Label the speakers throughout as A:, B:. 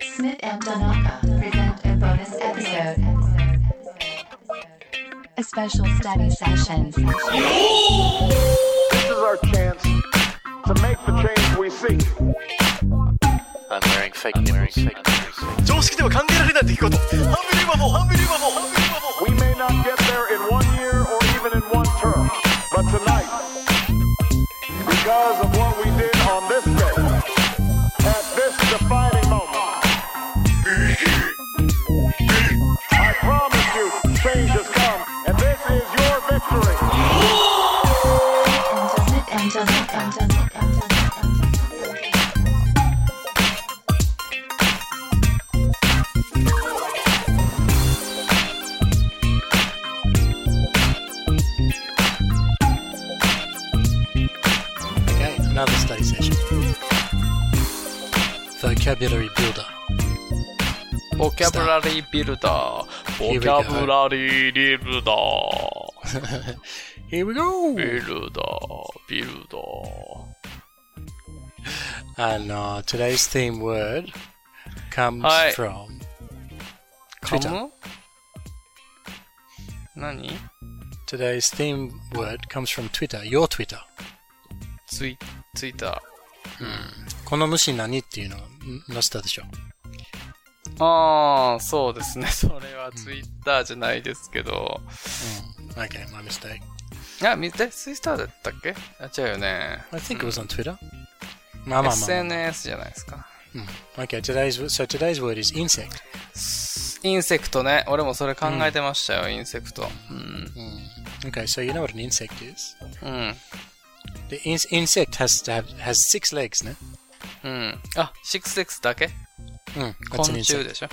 A: Smith and Donaka present a bonus episode. A special study session.
B: This is our chance to make the change we seek.
C: I'm wearing fake nipples. fake
D: 常識では考えられない出来事ハンビリーバボーハンビリーバボーハンビリーバボー
B: We may not get there in one year or even in one term, but tonight, because of what we did on this day, at this defining moment, I promise you, change has come, and this is your victory.
A: Smith and Donaka.
E: Okay, another study session. Vocabulary builder.
C: ボキャブラリービルダー。ボキ
E: we go.
C: ャブラリービルダー。
E: Here we
C: ビ
E: go!
C: ルダー、ビルダー。
E: And uh, today's theme word comes
C: Hi.
E: from
C: カ
E: Twitter
C: ム何
E: today's theme word comes from Twitter, your Twitter.
C: ツイ、ツイッタ
E: この虫何っていうのを載せたでしょ。
C: ー。ああ、そうですね。 それはツイッターじゃないですけど。
E: Okay, my mistake.
C: あ、みツイッターだったっけあ、違うよね。
E: I think it was on Twitter. まあまあまあまあ。
C: SNS じゃないですか。
E: Okay, today's wo- so today's word is insect.
C: インセクトね。俺もそれ考えてましたよ、インセクト。うん。
E: Okay, so you know what an insect is?
C: うん。
E: The in- insect has to have has six legs, no?
C: うん。あ、シックス X だけ
E: Mm,
C: 昆
E: that's an
C: 虫
E: insect.
C: でしょ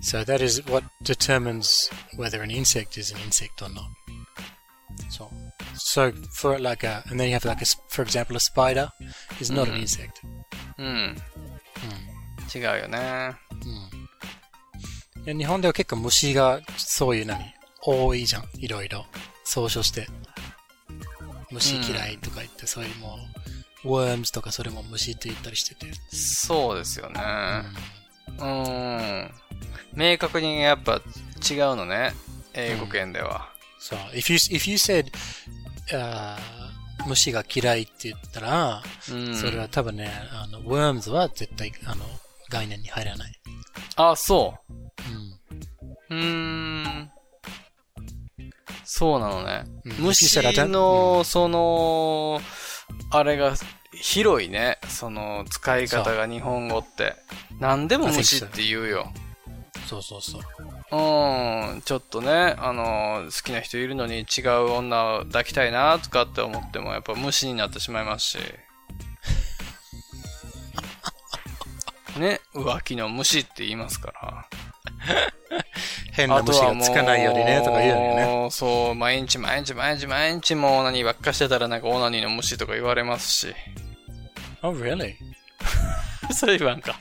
E: So that is what determines whether an insect is an insect or not. So, so for like a, and then you have like a, s- for example, a spider is not an insect.
C: うん。違うよね。
E: で日本では結構虫がそういう何多いじゃん。いろいろ。総称して。虫嫌いとか言って、そういうもう、worms とかそれも虫って言ったりしてて。
C: そうですよね。うーん。明確にやっぱ違うのね。英語圏では。
E: So, if you, if you said, uh, 虫が嫌いって言ったら、
C: うん。
E: それは多分ね、あの、worms は絶対、あの、概念に入らない。
C: あ、そ
E: うん。
C: う。うーん。そうなのね。
E: うん
C: 虫
E: したらだ
C: の、その、あれが広いね。その、使い方が日本語って。何でも虫って言うよ。
E: そうそうそう。
C: うん、ちょっとね、あの好きな人いるのに違う女を抱きたいなとかって思っても、やっぱ無視になってしまい ますし。ね、浮気の無視って言いますから。
E: 変な虫がつかないようにね、とか言うよね。
C: ね。そう、毎日毎日毎日毎日もうオナニーばっかしてたらなんかオナニーの無視とか言われますし。
E: Oh, really?
C: それ言わんか。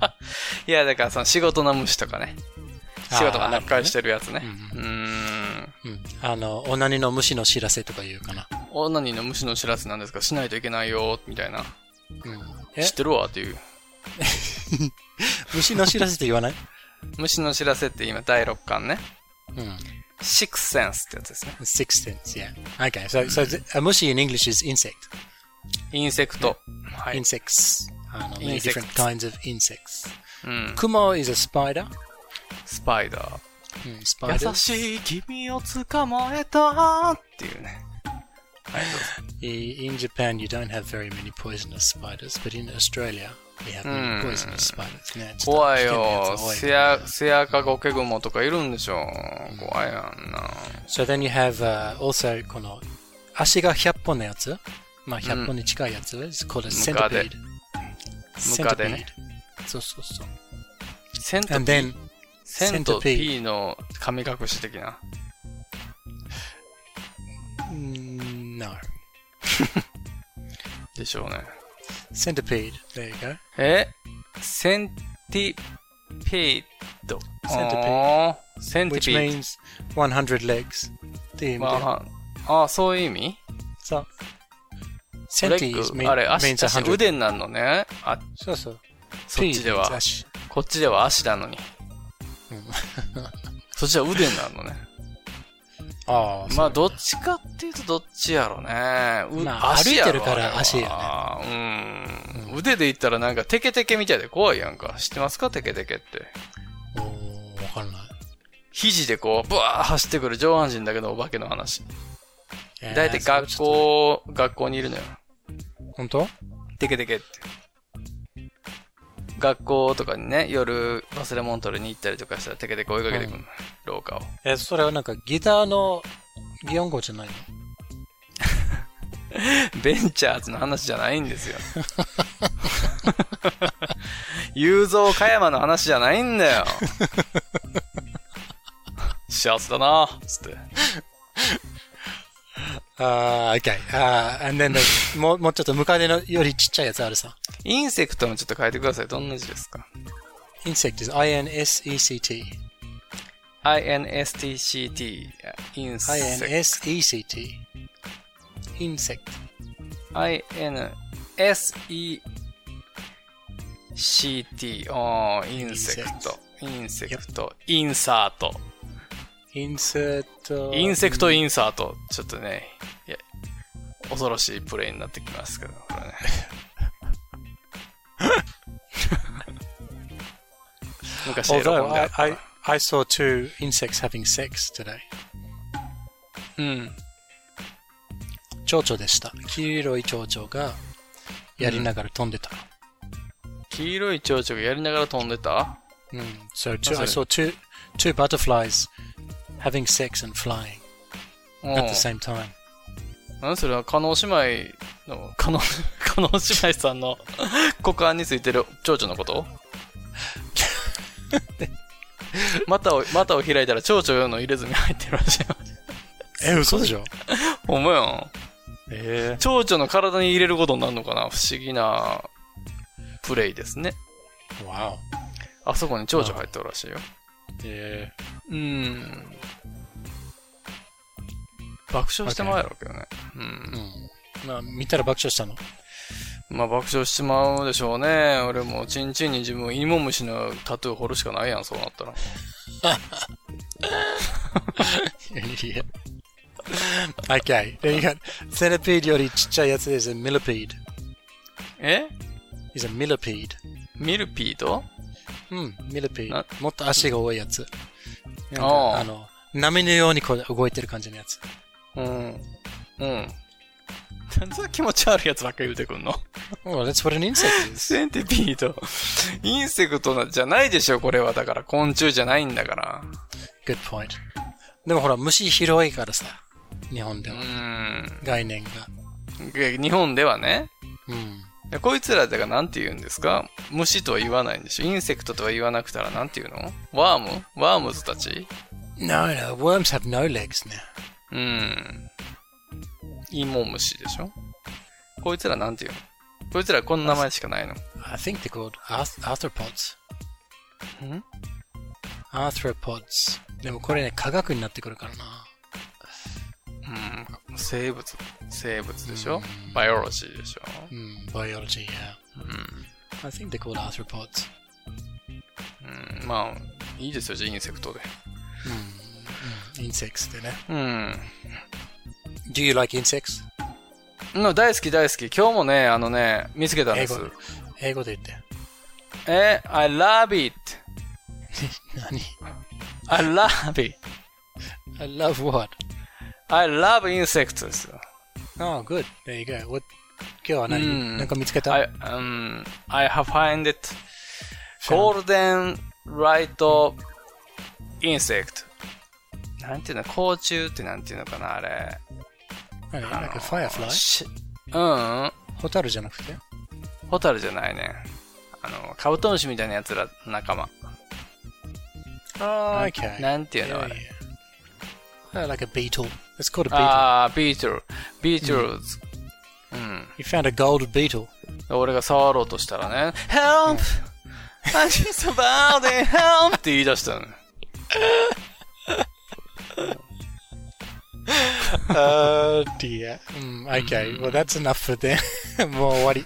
C: いや、だからその仕事の無視とかね。仕事ばっかりしてるやつね。うーん。
E: うん。あの、オナニの虫の知らせとか言うかな。
C: オナニーの虫の知らせなんですかしないといけないよ、みたいな。
E: うん。え
C: 知ってるわ、っていう。
E: 虫の知らせって言わない
C: 虫の知らせって今、第6巻ね。
E: うん。
C: シックスセンスってやつですね。
E: Sixth sense, yeah. Okay, so, so the, a mushi in English is insect.
C: インセクト。はい。
E: Insects. I don't know, many
C: Insects.
E: different kinds of insects.
C: うん。
E: Kumo is a spider.
C: スパイダー。
E: Mm,
C: 優
E: spiders.
C: しい君を捕まえたっていうね。
E: I- In Japan, you don't have very many poisonous spiders, but in Australia, we have many
C: Hmm. oh,
E: poisonous spiders. Yeah, it's
C: 怖い
E: not- it's
C: よ。
E: not-
C: セア、セアカゴケグモとかいるんでしょ。怖いやんな。
E: So then you have uh, also この足が100本のやつ、まあ100本に近いやつ、is called a
C: ムカデ
E: centipede.
C: ムカデね
E: Centipede. そうそうそう。
C: セント
E: And、then
C: セント
E: centipede
C: P の神隠し的な。
E: mm, no
C: でしょうね。
E: centipede. There you go.
C: えセンティペイド。
E: Centipede
C: あーセンテ
E: Which
C: ィペイド。
E: means 100 legs. っていう意味で。
C: まあ、あー、そういう意味
E: そうセン
C: レ
E: ティー
C: ック、あれ、足、足腕になるのね。あ、
E: そうそう。
C: そっちでは
E: Feet means。足
C: こっちでは足なの に。
E: うん
C: そっちは腕になるのね。
E: ああ、
C: ま
E: ま
C: あ、
E: あ、
C: どっちかっていうとどっちやろね。う
E: まあ
C: 足やろ
E: 歩いてるか
C: あれ
E: ら
C: は
E: 足やね
C: うん。腕で言ったらなんかテケテケみたいで怖いやんか。知ってますかテケテケって。
E: おーわかんない
C: 肘でこう、ブワー走ってくる上半身だけのお化けの話。
E: えー。
C: だいたい学
E: それはち
C: 校、
E: ょ
C: 学校にいるのよ。
E: っと。本当
C: テケテケって。学校とかにね、夜、忘れ物取りに行ったりとかしたらテケテケ追いかけてくるのよ、廊下を。
E: えー、それはなんかギターの擬音語じゃないの
C: ベンチャーズの話じゃないんですよ。雄三加山の話じゃないんだよ。幸せだな、つって。
E: ああ、OK。ああ、and then like, もう、もうちょっとムカデのよりちっちゃいやつあるさ。
C: インセクトもちょっと変えてください。どんな字ですか
E: insect is I-N-S-E-C-T。
C: ?INSTCT。インセ
E: I-N-S-E-C-T。insect。
C: クト。INSECT。あーインセクト。インセクト。インサート。
E: insert。
C: インセクトインサート。ちょっとね、いや、恐ろしいプレイになってきますけど、これね。昔エロ
E: Although
C: 本であ
E: I,
C: った
E: I, I saw two insects having sex today. Hmm.
C: うん。
E: 蝶々でした。黄色い蝶々がやりながら飛んでた。
C: 黄色い蝶々がやりながら飛んでた
E: うん。So Hmm. two,
C: あ
E: I
C: そ
E: saw two, two butterflies having sex and flying
C: うん。
E: at the same time.
C: 何それは、加納姉妹の、加納、加納姉妹さんの股間についてる蝶々のこと 股を、股を開いたら蝶々の入れ墨入ってるらしいよ。
E: え、嘘でしょ
C: ほんまやん。
E: え
C: 蝶々の体に入れることになるのかな不思議なプレイですね。
E: え。わお。
C: あそこに蝶々入ってるらしいよ。
E: ええ。
C: うん。爆笑してまうやろうけどね。う。
E: うんん。まあ、見たら爆笑 したの。
C: まあ爆笑してまうでしょうね。俺もチンチンに自分芋虫のタトゥー掘るしかないやん、そうなったら。
E: Idiot. okay. Then you got centipede よりちっちゃいやつ is a millipede.
C: え
E: is a millipede.
C: ミルピーと
E: うん、ミルピ
C: な
E: ー。もっと足が多いやつ。なん
C: あ
E: か
C: あ
E: あの、波のようにこう動いてる感じのやつ。
C: うん。うん。なんでそんな気持ち悪いやつばっかり言うてくんの
E: Oh, that's what an insect is.
C: センティピーと、インセクトなんじゃないでしょ、これは。だから、昆虫じゃないんだから。
E: Good point. でもほら、虫広いからさ。日本で
C: う
E: は。
C: ん。
E: 概念が。
C: で日本ではね、
E: うん。
C: でこいつらだからなんて言うんですか虫とは言わないんでしょインセクトとは言わなくたらなんて言うのワームワームズたち
E: No, no, worms have no legs ね。
C: うん。イモムシでしょこいつらなんて言うのこいつらこんな名前しかないの
E: I think they're called arth- arthropods.
C: ん
E: arthropods. でもこれね、科学になってくるからな。
C: うん。生物。生物でしょバイオロジーでしょ
E: うん、biology, yeah. うん。I think they're called arthropods.
C: うん。まあ、いいですよ、じゃあインセクトで。
E: うん。insects でね。
C: うん。
E: Do you like insects?
C: うん大好き大好き。今日もね、あのね、見つけたんで
E: 英
C: す
E: 語。英語で言って。
C: え、I love it.
E: 何
C: I love it.
E: I love what?
C: I love insects ですよ。
E: Oh, good. There you go. What? 今日は何、
C: うん
E: なんか見つけた、
C: I, um, I have find it golden light insect. なんていうの甲虫ってなんていうのかなあれ。
E: 何
C: あの
E: なんか firefly?
C: しうんうん。
E: ホタルじゃなくて
C: ホタルじゃないね。あの、カブトムシみたいなやつら、仲間。
E: あ
C: な
E: okay.
C: なんていうの
E: Yeah,
C: あれ。
E: yeah. Uh, like a beetle. It's called a beetle.
C: ああ、ビートル。ビートルズ。うん。
E: You found a gold beetle.
C: 俺が触ろうとしたらね、Help! I'm just about to help! って言い出したの。
E: oh dear. Mm, okay, well that's enough for them. More what?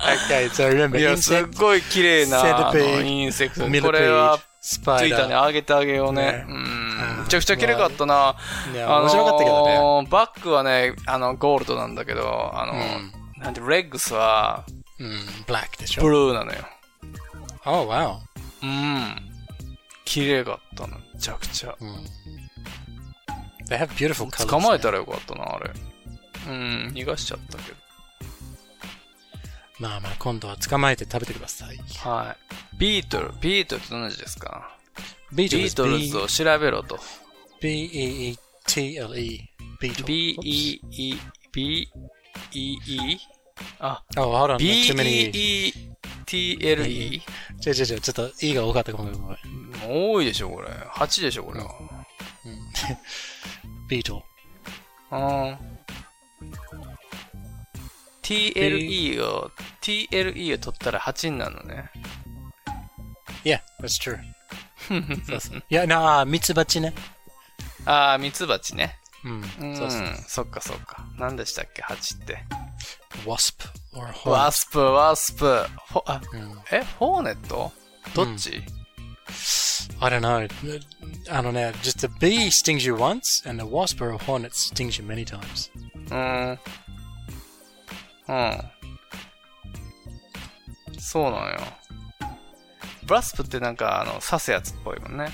E: okay, so remember
C: いや、すっ
E: insect,
C: ごい綺麗なあ
E: センテペ
C: の
E: イド
C: インセクト。これ
E: millipede,
C: は、ツイッターに
E: spider.
C: あげてあげようね
E: ね。
C: うん
E: うん
C: めちゃくちゃ綺麗かったな。
E: いや、面白かったけど
C: あ
E: ね。
C: のーバックはね、あの、ゴールドなんだけど、あのー、なんて、レッグスは、
E: うん、black Mm, でし
C: ブ
E: ょ。
C: ルーなのよ。
E: Oh, wow.
C: うん。綺麗かったな、めちゃくちゃ。
E: うん They have beautiful colors.
C: 捕まえたらよかったな、あれ。うん、逃がしちゃったけど。
E: まあまあ、今度は捕まえて食べてください。
C: はい。ビートル、ビートルってどんな字ですか
E: ビ
C: ビートルズを調べろと。
E: B-E-E-T-L-E. Beetle. Oops.
C: B-E-E、B-E-E? あ、
E: Oh, hold on. Too many.
C: E。 B-E-E-T-L-E?
E: 違う違う違う。ちょっと E が多かったかも。ごめん
C: 多いでしょ、これ。8でしょ、これは。
E: Beetle.
C: うん。TLE を、TLE を取ったら8になるのね。
E: Yeah, that's true. そうそう。いや、なあ、ミツバチね。
C: ああ、ミツバチね。
E: うん
C: うん。。
E: そうそう。
C: そっかそっか。何でしたっけ ?8 って。
E: wasp or
C: ワ
E: hornet.
C: スプ、ワスプ。ほあ
E: うん
C: え、ホーネットどっち、
E: I don't know. あのね、just a bee stings you once and a wasp or a hornet stings you many times.
C: うーん。うん。そうなのよ。ブラスプってなんか、あの、刺すやつっぽいもんね。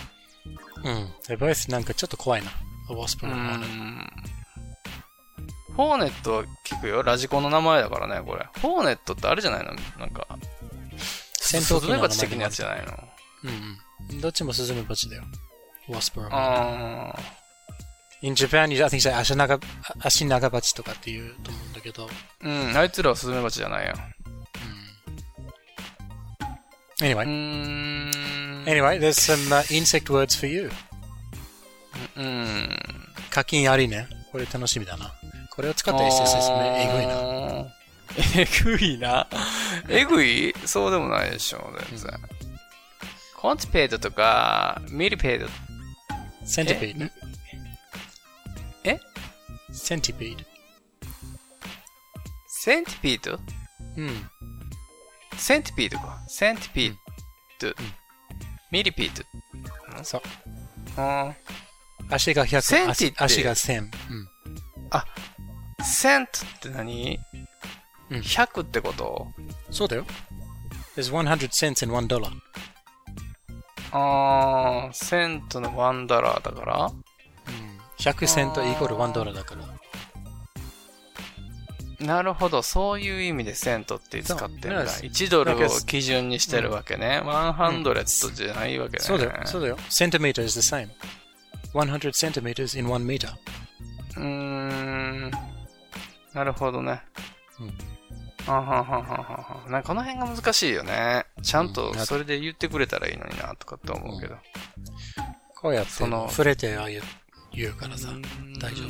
E: うん。They're Hmm. both なんかちょっと怖いな。A wasp
C: う
E: or a hornet.
C: ん。ホーネットは聞くよ。ラジコンの名前だからね、これ。ホーネットってあれじゃないのなんか。
E: 戦闘機の名前でもある
C: スズメバチ的なやつじゃないの。
E: うんうん。Hmm. どっちもスズメバチだよ。wasp or a hornet.
C: あ
E: In Japan, you, I think it's like 足長、足長バチとかっていうと思うんだけど。
C: ーうん。あいつらはスズメバチじゃないよ。うー
E: Anyway,
C: ん。
E: anyway, there's some、uh, insect words for you.
C: うん。
E: 課金ありね。これ楽しみだな。これを使った SSS ね、えぐいな。
C: な。えぐいな。えぐいそうでもないでしょ、全然。コンチペイドとか、ミリペイド、
E: センティペイドね。
C: え
E: センティペイド。
C: センティピード
E: うん。
C: センティピードか。センティピード。ミリピー
E: そう。
C: ド。うん。
E: 足が
C: セン
E: 100、
C: ティっ
E: 足
C: て
E: 足が1000。うん。
C: セントって何
E: うん
C: ?100 ってこと
E: そうだよ。There's 100 cents in one dollar.
C: あー、セントのワンダラーだから
E: うん。100セントイコール1ドルだから。
C: なるほど、そういう意味でセントって使ってるんだ。
E: そう
C: 1ドル
E: なん
C: を
E: か
C: 基準にしてるわけね。100じゃないわけね。
E: そうだよ。そうだよ。Centimeter is the same. 100 centimeters in 1 meter.
C: うーん。なるほどね。
E: うん
C: あはんはんはんはんはんなんかこの辺が難しいよね。ちゃんと
E: うん
C: それで言ってくれたらいいのにな、とかって思うけど。
E: こうやって
C: その
E: 触れてああいう言うからさ、大丈夫。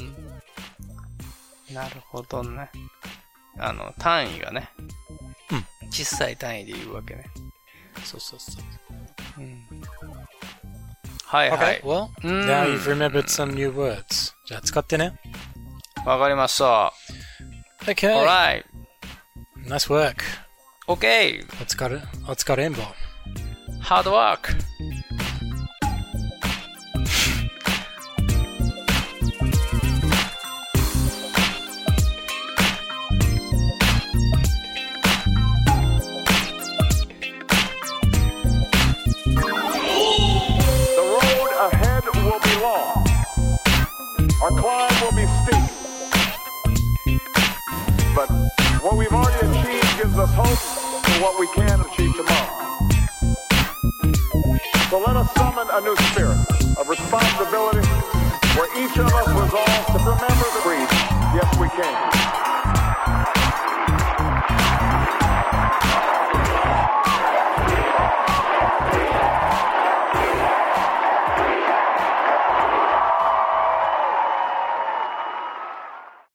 C: 夫。なるほどね。あの、単位がね。
E: う
C: 小さい単位で言うわけね。
E: そうそうそう。
C: うんはいはい
E: Okay,。well, hmm.
C: うーん
E: now you've remembered some new words. じゃあ使ってね。
C: わかりました。
E: Okay.
C: Alright.
E: Nice work.
C: Okay.
E: お疲れ、お疲れんぼ。
C: Hard work.
B: The road ahead will be long. Our climb will be steep. But what we've already achieved gives us hope for what we can achieve tomorrow. So let us summon a new spirit.